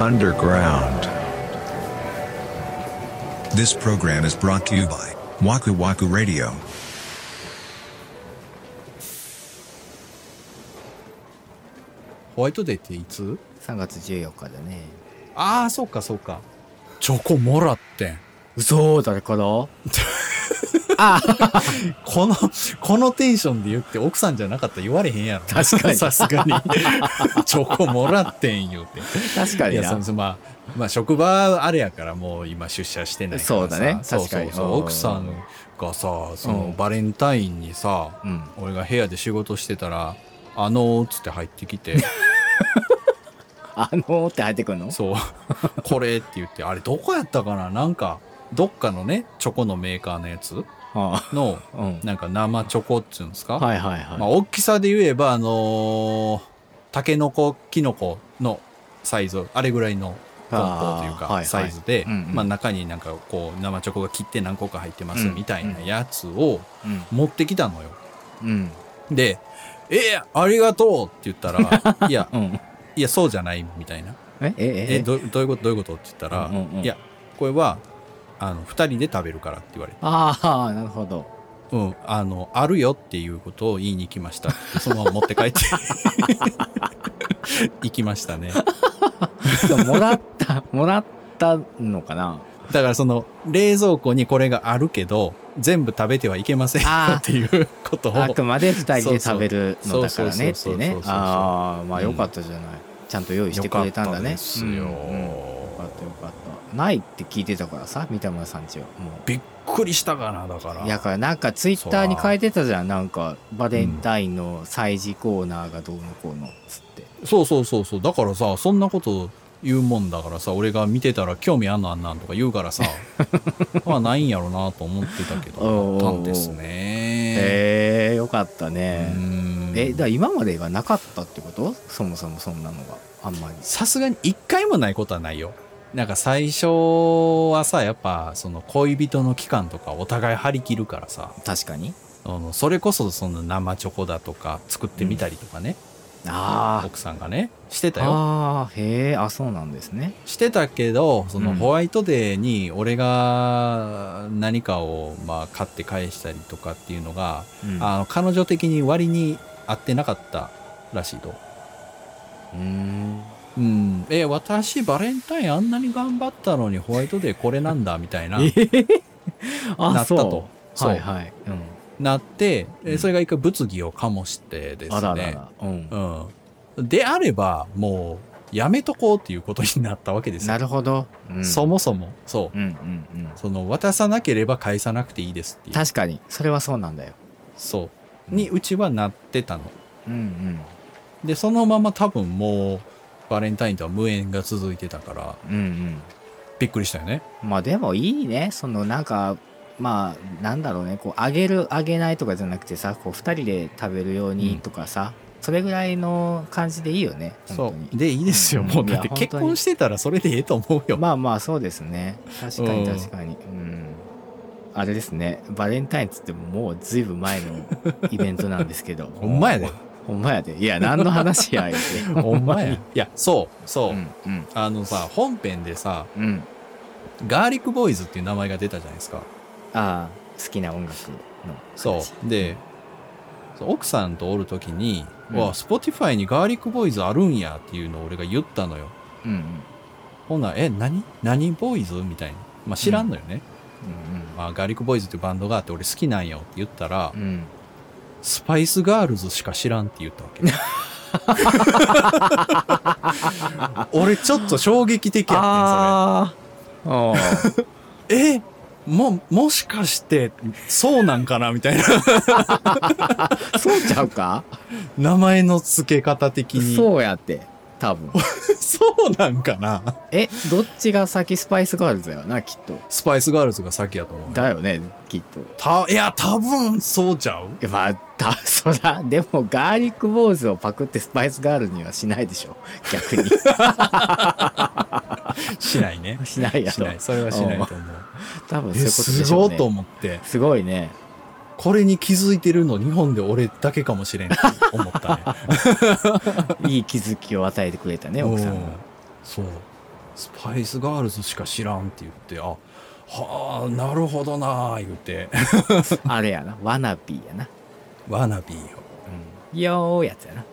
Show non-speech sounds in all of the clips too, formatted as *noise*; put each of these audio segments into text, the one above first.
underground. This program is brought to you by Waku Waku Radio. ホワイトデーっていつ3月14日だねああ、そうかそうか。チョコもらってん。嘘誰からこの、このテンションで言って奥さんじゃなかったら言われへんやろ。確かにさす *laughs* がに。チョコもらってんよって。確かいにや、そなのそのまあ、まあ、職場あれやから、もう今出社してないからさ。そうだねそう確かそうにそううん奥さんがさ、そうのんバレンタインにさ、うん俺が部屋で仕事してたら、あのー、つって入ってき *laughs* て、あのーって入ってくんのそう、これって言って、あれどこやったかななんか、どっかのね、チョコのメーカーのやつあの、あうんなんか生チョコっつうんですか、はいはいはい、まあ、大きさで言えば、あのータケノコ、キノコのサイズ、あれぐらいの梱包というあーはいはか、いサイズで、うんうんまあ、中になんかこう、生チョコが切って何個か入ってますうんみたいなやつをうん持ってきたのよ。うんで、えーありがとうって言っ *laughs* たら、いや、うんいや、そうじゃない、みたいな。ええええ、どどういうことどういうことって言ったら、うんうんうんいや、これは、あの、二人で食べるからって言われてああなるほどうん、あの、あるよっていうことを言いに来ました。 *laughs* そのまま持って帰って。行きましたね。でももらったもらったのかなだからその、冷蔵庫にこれがあるけど、全部食べてはいけませんよあーっていうことを。あくまで二人で食べるのだからねっそうそうてそうそうそうそうそねうそうああまあよかったじゃない、ちゃんと用意してくれたんだよかったねですうよ。んうんよかったよかったないって聞いてたからさ三田村さんちはもびっくりしたかな、だから。ういやだからなんかツイッターに書いてたじゃんなんかバレンタインの催事コーナーがどうのこうのっつって、そうそうそうそう。だからさ、そんなこと言うもんだからさ、俺が見てたら興味あんのあんなんとか言うか *laughs* らさ、まあないんやろなと思ってたけど、おあっうおうおうたんですね。へえよかったね、うんえだから今までがなかったってことそもそもそんなのがあんまりさすがに一回もないことはないよ。なんか最初はさ、やっぱその恋人の期間とかお互い張り切るからさ、確かにあのそれこそその生チョコだとか作ってみたりとかね、あ奥さんがね、してあたよ。ああへえあそうなんですねしてたけど、そうのんホワイトデーに俺が何かをまあ買って返したりとかっていうのが、うんあの彼女的に割に合ってなかったらしいと。うーんうん、え私バレンタインあんなに頑張ったのにホワイトデーこれなんだみたい *laughs* なあなったとそ。うそうはいはい、うん、なって、えうんそれが一回物議を醸してですね。あららら、うん、うん。であれば、もう、やめとこうっていうことになったわけですよ。なるほど、うん、そもそも、そうう。んうんうんその、渡さなければ返さなくていいですっていう。確かにそれはそうなんだよそう。に、うちはなってたの。うんうんで、そのまま多分もう、バレンタインとは無縁が続いてたから、うんうんびっくりしたよね。まあでもいいねそのなんかまあなんだろうねこうあげるあげないとかじゃなくてさこう2人で食べるようにとかさ、それぐらいの感じでいいよねそ本当う。にで、いいですよ。うんもう、だっいや本て当に結婚してたらそれでええと思うよ。まあまあそうですね確かうにん確かにうん、あれですねバレンタインっつってももうずいぶん前 *laughs* のイベントなんですけどほんまやで。ほんまやでいや何の話 *laughs* やよほんまや。いや、そう、そう。うんうんあのさ、本編でさ、うんガーリックボーイズっていう名前が出たじゃないですか。ああ好きな音楽のそう。で、そう奥さんとおるときに、うんわ、スポティファイにガーリックボーイズあるんやっていうのを俺が言ったのよ。ううんうんほんなら、え、何何ボーイズみたいな。まあ知らんのよね。まあガーリックボーイズっていうバンドがあって俺好きなんよって言ったらう、んうんスパイスガールズしか知らんって言ったわけ。俺ちょっと衝撃的やってん、それ。ああえも、もしかして、そうなんかなみたいな。 *laughs* そうちゃうか名前の付け方的に。そう。そうやって多 *laughs* 分なんかなえどっちが先スパイスガールズやよなきっとスパイスガールズが先やと思う。だよねきっとた、いや、多分、そうちゃいうやまあた *laughs* そらでもガーリックボーイズをパクってスパイスガールにはしないでしょ逆 *laughs* にしないね。 *laughs* しないやしろない。それはしないと思う。多分そういうことえですしょう、ごいね、と思って、すごいねこれに気づいてるの日本で俺だけかもしれんって思った *laughs* ね。いい気づきを与えてくれたねうん奥さんがそう。スパイスガールズしか知らんって言って、あ、はあ、なるほどなー言って、 *laughs* あれやな、ワナビーやな。ワナビーを、うん。よーやつやな。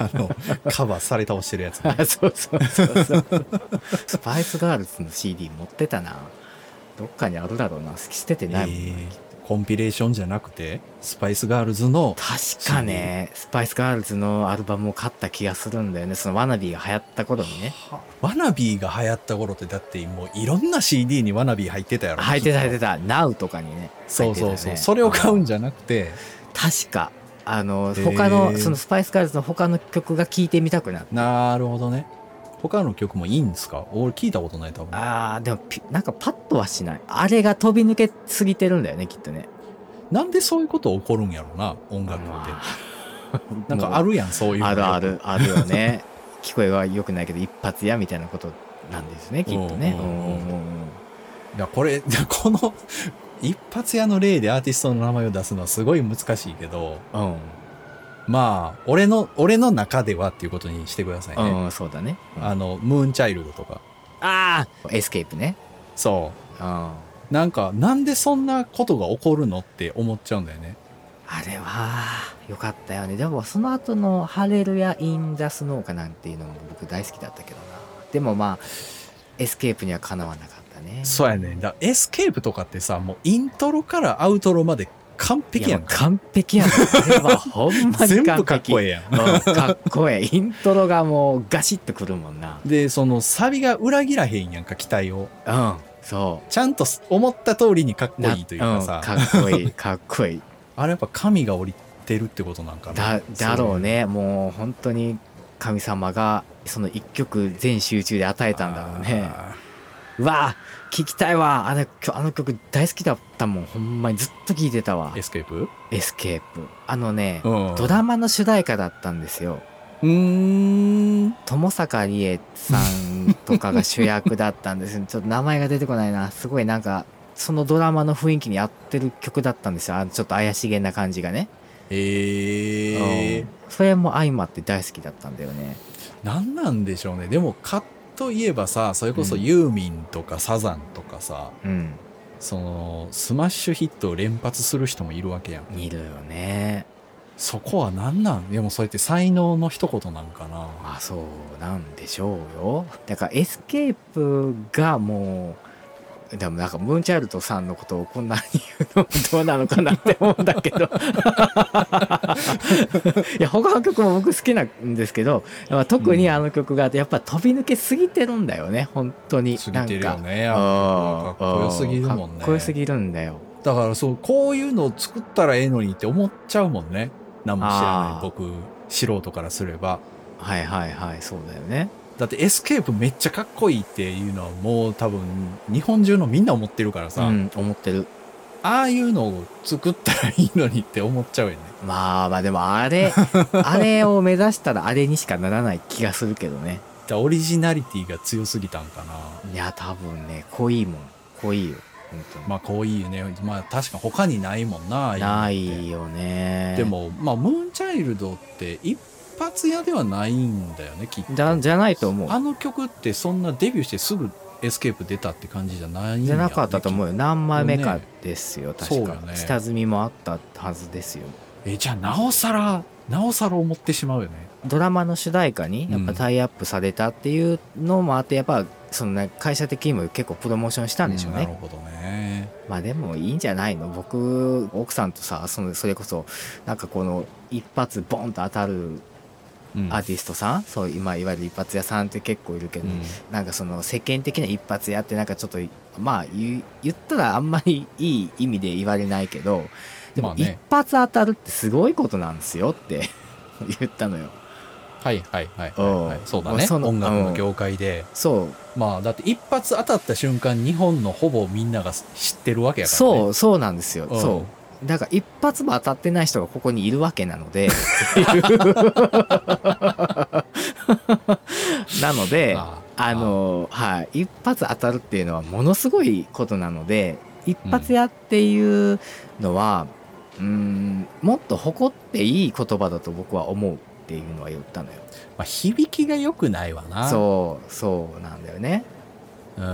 *laughs* あの、カバーされ倒してるやつね。あそうそうそう *laughs* そうスパイスガールズの CD 持ってたなどっかにあるだろうな捨ててないもん、えーコンピレーションじゃなくて、スパイスガールズの、確かねスパイスガールズのアルバムを買った気がするんだよねそのワナビーが流行った頃にねワナビーが流行った頃って、だってもういろんな CD にワナビー入ってたやろ。履いてた履いきってた NOW とかにねとそうそうそう。それれを買うんじゃなくて、確かあのへー他のそのスパイスガールズの他の曲が聴いてみたくなったなるほどね。他の曲もいいんですか俺聞いたことない多分。あーでもピなんかパッとはしないあれが飛び抜けすぎてるんだよねきっとねなんでそういうこと起こるんやろうな、音楽って。なんかあるやん、そういうのあるあるあるよね *laughs* 聞こえは良くないけど一発やみたいなことなんですねきっとねうんうんううんんうんうんいや、これ、 *laughs* この、一発屋の例でアーティストの名前を出すのはすごい難しいけど、うんまあ、俺の、俺の中ではっていうことにしてくださいね。うんそうだねあの、ムーンチャイルドとか。あーエスケープねそうんあう。なんか、なんでそんなことが起こるのって思っちゃうんだよね。れは良かったよねでもその後の「ハレルヤ・イン・ザ・スノー」かなんていうのも僕大好きだったけどなでもまあエスケープにはかなわなかったねそうやね。だエスケープとかってさ、もうイントロからアウトロまで完璧やんいやもうか。完璧やんあれはほんまに完璧全部かっこええやん。うんかっこええイントロがもうガシッとくるもんなで、そのサビが裏切らへんやんか、期待を。うんそうちゃんと思った通りにかっこないいというかさ、んかっこいいかっこいいあれやっぱ神が降りてるってことなんかなだ。だろうねもう本当に神様がその一曲全集中で与えそうたいんうの。だろうねあうわあ聴きたいわあの曲あの曲大好きだったもんほんまにずっと聴いてたわー。エスケープエスケープあのね、うんドラマの主題歌だったんですようーん。友坂理恵さんとかが主役だったんです *laughs* よちょっと名前が出てこないなすごいなんかそのドラマの雰囲気に合ってる曲だったんですよあのちょっと怪しげな感じがねえうーん。それも相まって大好きだったんだよねなんなんでしょうね。でも、かといえばさ、それこそユーミンとかサザンとかさ、うんその、スマッシュヒットを連発する人もいるわけやん。いるよねそこはなんなんでもそれって才能の一言なんかな。まあそうなんでしょうよだからエスケープがもうでもなんかムーンチャイルドさんのことをこんなに言うのもどうなのかなって思うんだけど *laughs* いや他の曲も僕好きなんですけどまあ特にあの曲がやっぱ飛び抜けすぎてるんだよね本当に過ぎてるよね。なんあかのかっこよすぎるもんうね。かっこよすぎるんだよだからそう、こういうのを作ったらええのにって思っちゃうもんね。何も知らあーない僕、素人からすれば。はいはいはいそうだよねだってエスケープめっちゃかっこいいっていうのはもう多分日本中のみんな思ってるからさ、うん思ってるああいうのを作ったらいいのにって思っちゃうよね。まあまあでもあ *laughs* れあれを目指したらあれにしかならない気がするけどねだからオリジナリティが強すぎたんかな。いや多分ね濃いもん濃いよ本当に、まあこういうね、まあ確か他にないもんな。ああうのっなていよねでも、まあムーンチャイルドって一発屋ではないんだよね、きっと。じゃじゃないと思うあの曲ってそんなデビューしてすぐエスケープ出たって感じじゃないんじゃなかったと思うよ。よ何枚目かねですよそ確うよか、ね下積みもあったはずですよえ、じゃあなおさら、なおさら思ってしまうよね。ドラマの主題歌にやっぱタイアップされたっていうのもあってやっぱその、ね、会社的にも結構プロモーションしたんでしょうねなるほどね。まあでもいいんじゃないの僕奥さんとさそのそれこそなんかこの一発ボンと当たるうんアーティストさん、そう今いわゆる一発屋さんって結構いるけど、うんなんかその世間的な一発屋ってなんかちょっとまあ言う言ったらあんまりいい意味で言われないけどでまもあ一ね発当たるってすごいことなんですよって *laughs* 言ったのよ。はいはいはいはい、うんはい。そうだもうね。その音楽の業界で。そうまあだって一発当たった瞬間、日本のほぼみんなが知ってるわけやから、ね。そうそうなんですよ、うんそうだから一発も当たってない人がここにいるわけなの *laughs* でなのでああのはい一発当たるっていうのはものすごいことなので一発屋っていうのは、うーんもっと誇っていい言葉だと僕は思うってっていうのは言ったのよまあ、響きが良くないわな。そうそうなんだよねうーん。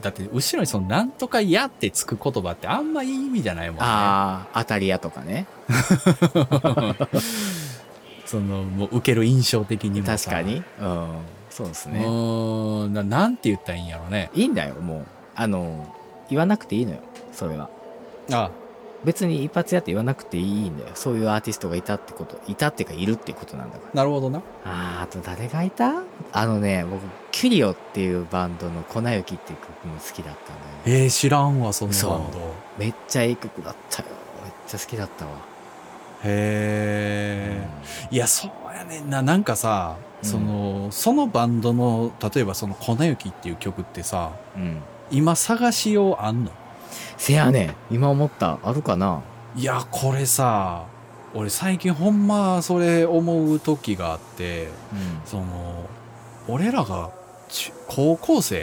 だって、後ろにその、なんとかやってつく言葉ってあんまいい意味じゃないもんね。ああ当たり屋とかねその、もう受ける印象的にもさ確か。にうんそうですうねーんな。なんて言ったらいいんやろね。いいんだよもうあの言わなくていいのよそれはあ、別に一発やって言わなくていいんだよそういうアーティストがいたってこといたっていうかいるってことなんだからなるほどな。あーあと誰がいたあのね僕キュリオっていうバンドの「粉雪」っていう曲も好きだったんだよねえー、知らんわ、そのそうバンド。めっちゃいい曲だったよめっちゃ好きだったわ、へえ。いや、そうやねんな。なんかさ、うんその、そのバンドの、例えばその、粉雪っていう曲ってさ、うん今探しようあんのせやねん今思ったあるかないや、これさ、俺最近ほんまそれ思う時があって、うんその、俺らがち高校生、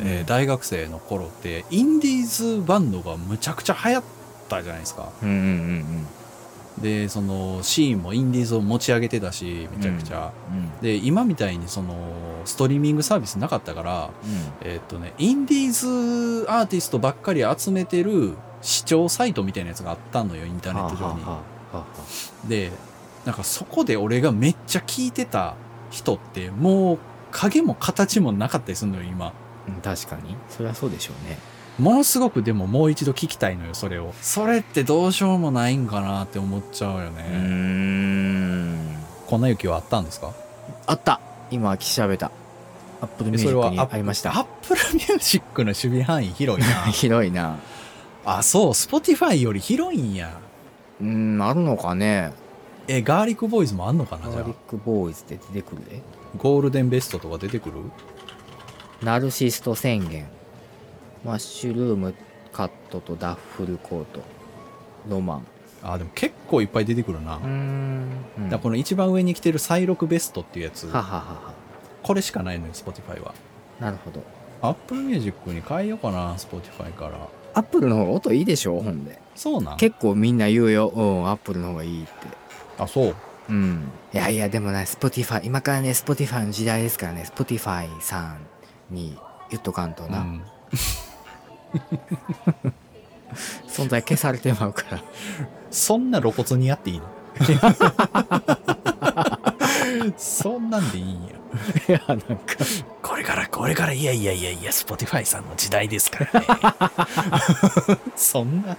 えーうん大学生の頃って、インディーズバンドがむちゃくちゃ流行ったじゃないですか。うんうんで、その、シーンもインディーズを持ち上げてたし、めちゃくちゃ。うんうんで、今みたいにその、ストリーミングサービスなかったから、うえーっとね、インディーズアーティストばっかり集めてる視聴サイトみたいなやつがあったのよ、インターんネット上に。はあはあはあはでなんかそこで俺がめっちゃ聞いてた人ってもう影も形もなかったりするのよ今あうん確かにそれはそうでしょうねものすごくでももう一度聞きたいのよそれをそれってどうしようもないんかなって思っちゃうようね、んこんな雪はあったんですかあった今聞き調べたアップルミュージそれはッアクにップありましアたップルミュージックの守備範囲広 *laughs* いな広いなあそうスポティファイより広いんやうんあるのかねえガーリックボーイズもあんのかガなじゃーあリックボーイズって出てくるでゴールデンベストとか出てくるナルシスト宣言マッシュルームカットとダッフルコートロマンあでも結構いっぱい出てくるな、うーん、うん、だからこの一番上に来てる再録ベストっていうやつははははこれしかないのよ Spotify はなるほどアップルミュージックに変えようかな、Spotify から。アップルの方が音いいでしょほんでそうなん結構みんな言うようんアップルの方がいいってあ、そう。うんいやいやでもね Spotify 今からね Spotify の時代ですからね Spotify さんに言っとかんとうな、ん、存在消されてまうからそんな露骨にやっていいのそんなんでいいんや。いやなんかこれから、これから、いやいやいやいや、Spotify さんの時代ですからね。そんな。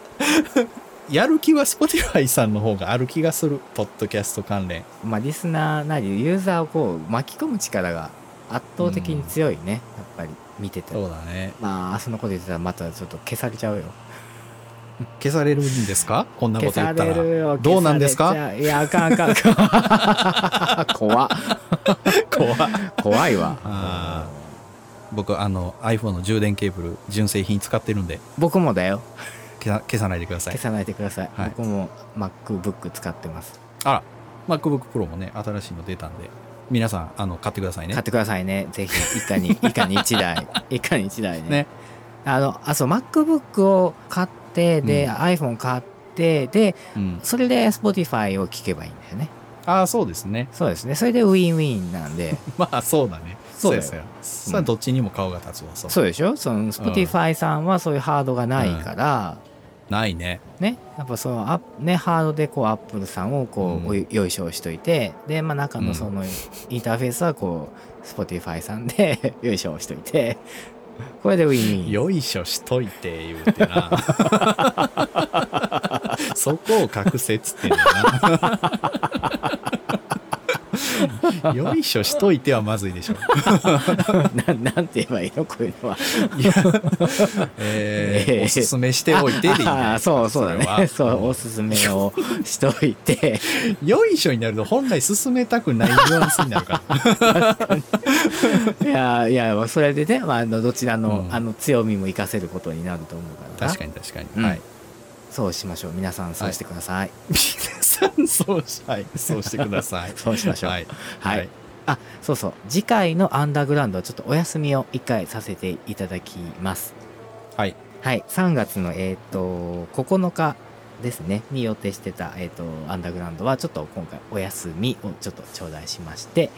やる気は Spotify さんの方がある気がする。ポッドキャスト関連。 *laughs* まあリスナーなりユーザーをこう巻き込む力が圧倒的に強いね、やっぱり見ててそうだね。まあそのこと言ってたらまたちょっと消されちゃうよ消されるんですかこんなこ消と言さったれら。るよどうなんですか消されちゃういやあかんあかんあかん *laughs* 怖っ怖い怖いわあー僕あの iPhone の充電ケーブル純正品使ってるんで僕もだよ消さ消さないでくださ消いさないでください、はい僕も MacBook 使ってますあら MacBookPro もね新しいの出たんで皆さんあの買ってくださいね買ってくださいねぜひ一家 *laughs* に一家に一台一家に一台ねねあのあそう MacBook を買ってで、うん iPhone 買ってでうん、それで Spotify を聞けばいいんだよねああそうですね *laughs* そうですねそれでウィンウィンなんでまあそうだねそうだよですよそれはどっちにも顔が立つわそうそうでしょその Spotify さんはそういうハードがないから、ないねね、やっぱそのアップね、ハードでこうアップルさんをこうんう、おいよいしょしといてで、まあ、中うのんそのインターフェースはこう Spotify さんで *laughs* よいしょしといてこれでウィンウィンよいしょしといて言う *laughs* てなそこを隠せっつってんだ *laughs* なよいしょしといてはまずいでしょな *laughs* なんて言えばいいのこういうのはええーーおすすめしておいてでいいんじゃない *laughs* あーそうそうだそねれ *laughs* はそうおすすめをしとい *laughs* てよいしょになると本来進めたくないニュアンスになるからいやいやそれでね、まあ、あのどちらの,、うんあの強みも生かせることになると思うから確かにに確かに、うんはいそうしましょう皆さんそうしてください、皆さんそうし,、はい、そうしてください *laughs* そうしましょうはい、はいはいあそうそう次回のアンダーグラウンドはちょっとお休みを一回させていただきますはいはい3月のえっ、と9日ですね、に予定してた、えっ、と、アンダーグラウンドは、ちょっと今回お休みをちょっと頂戴しまして、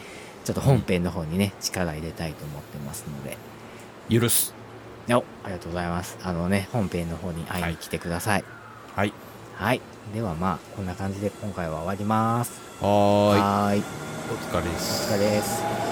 ちょっと本編の方にね、力入れたいと思ってますので、許す。お、ありがとうございます。あのね、本編の方に会いに来てください。はい。はい。ではまあ、こんな感じで今回は終わります。はーい。はーおい。疲れっおす疲れです。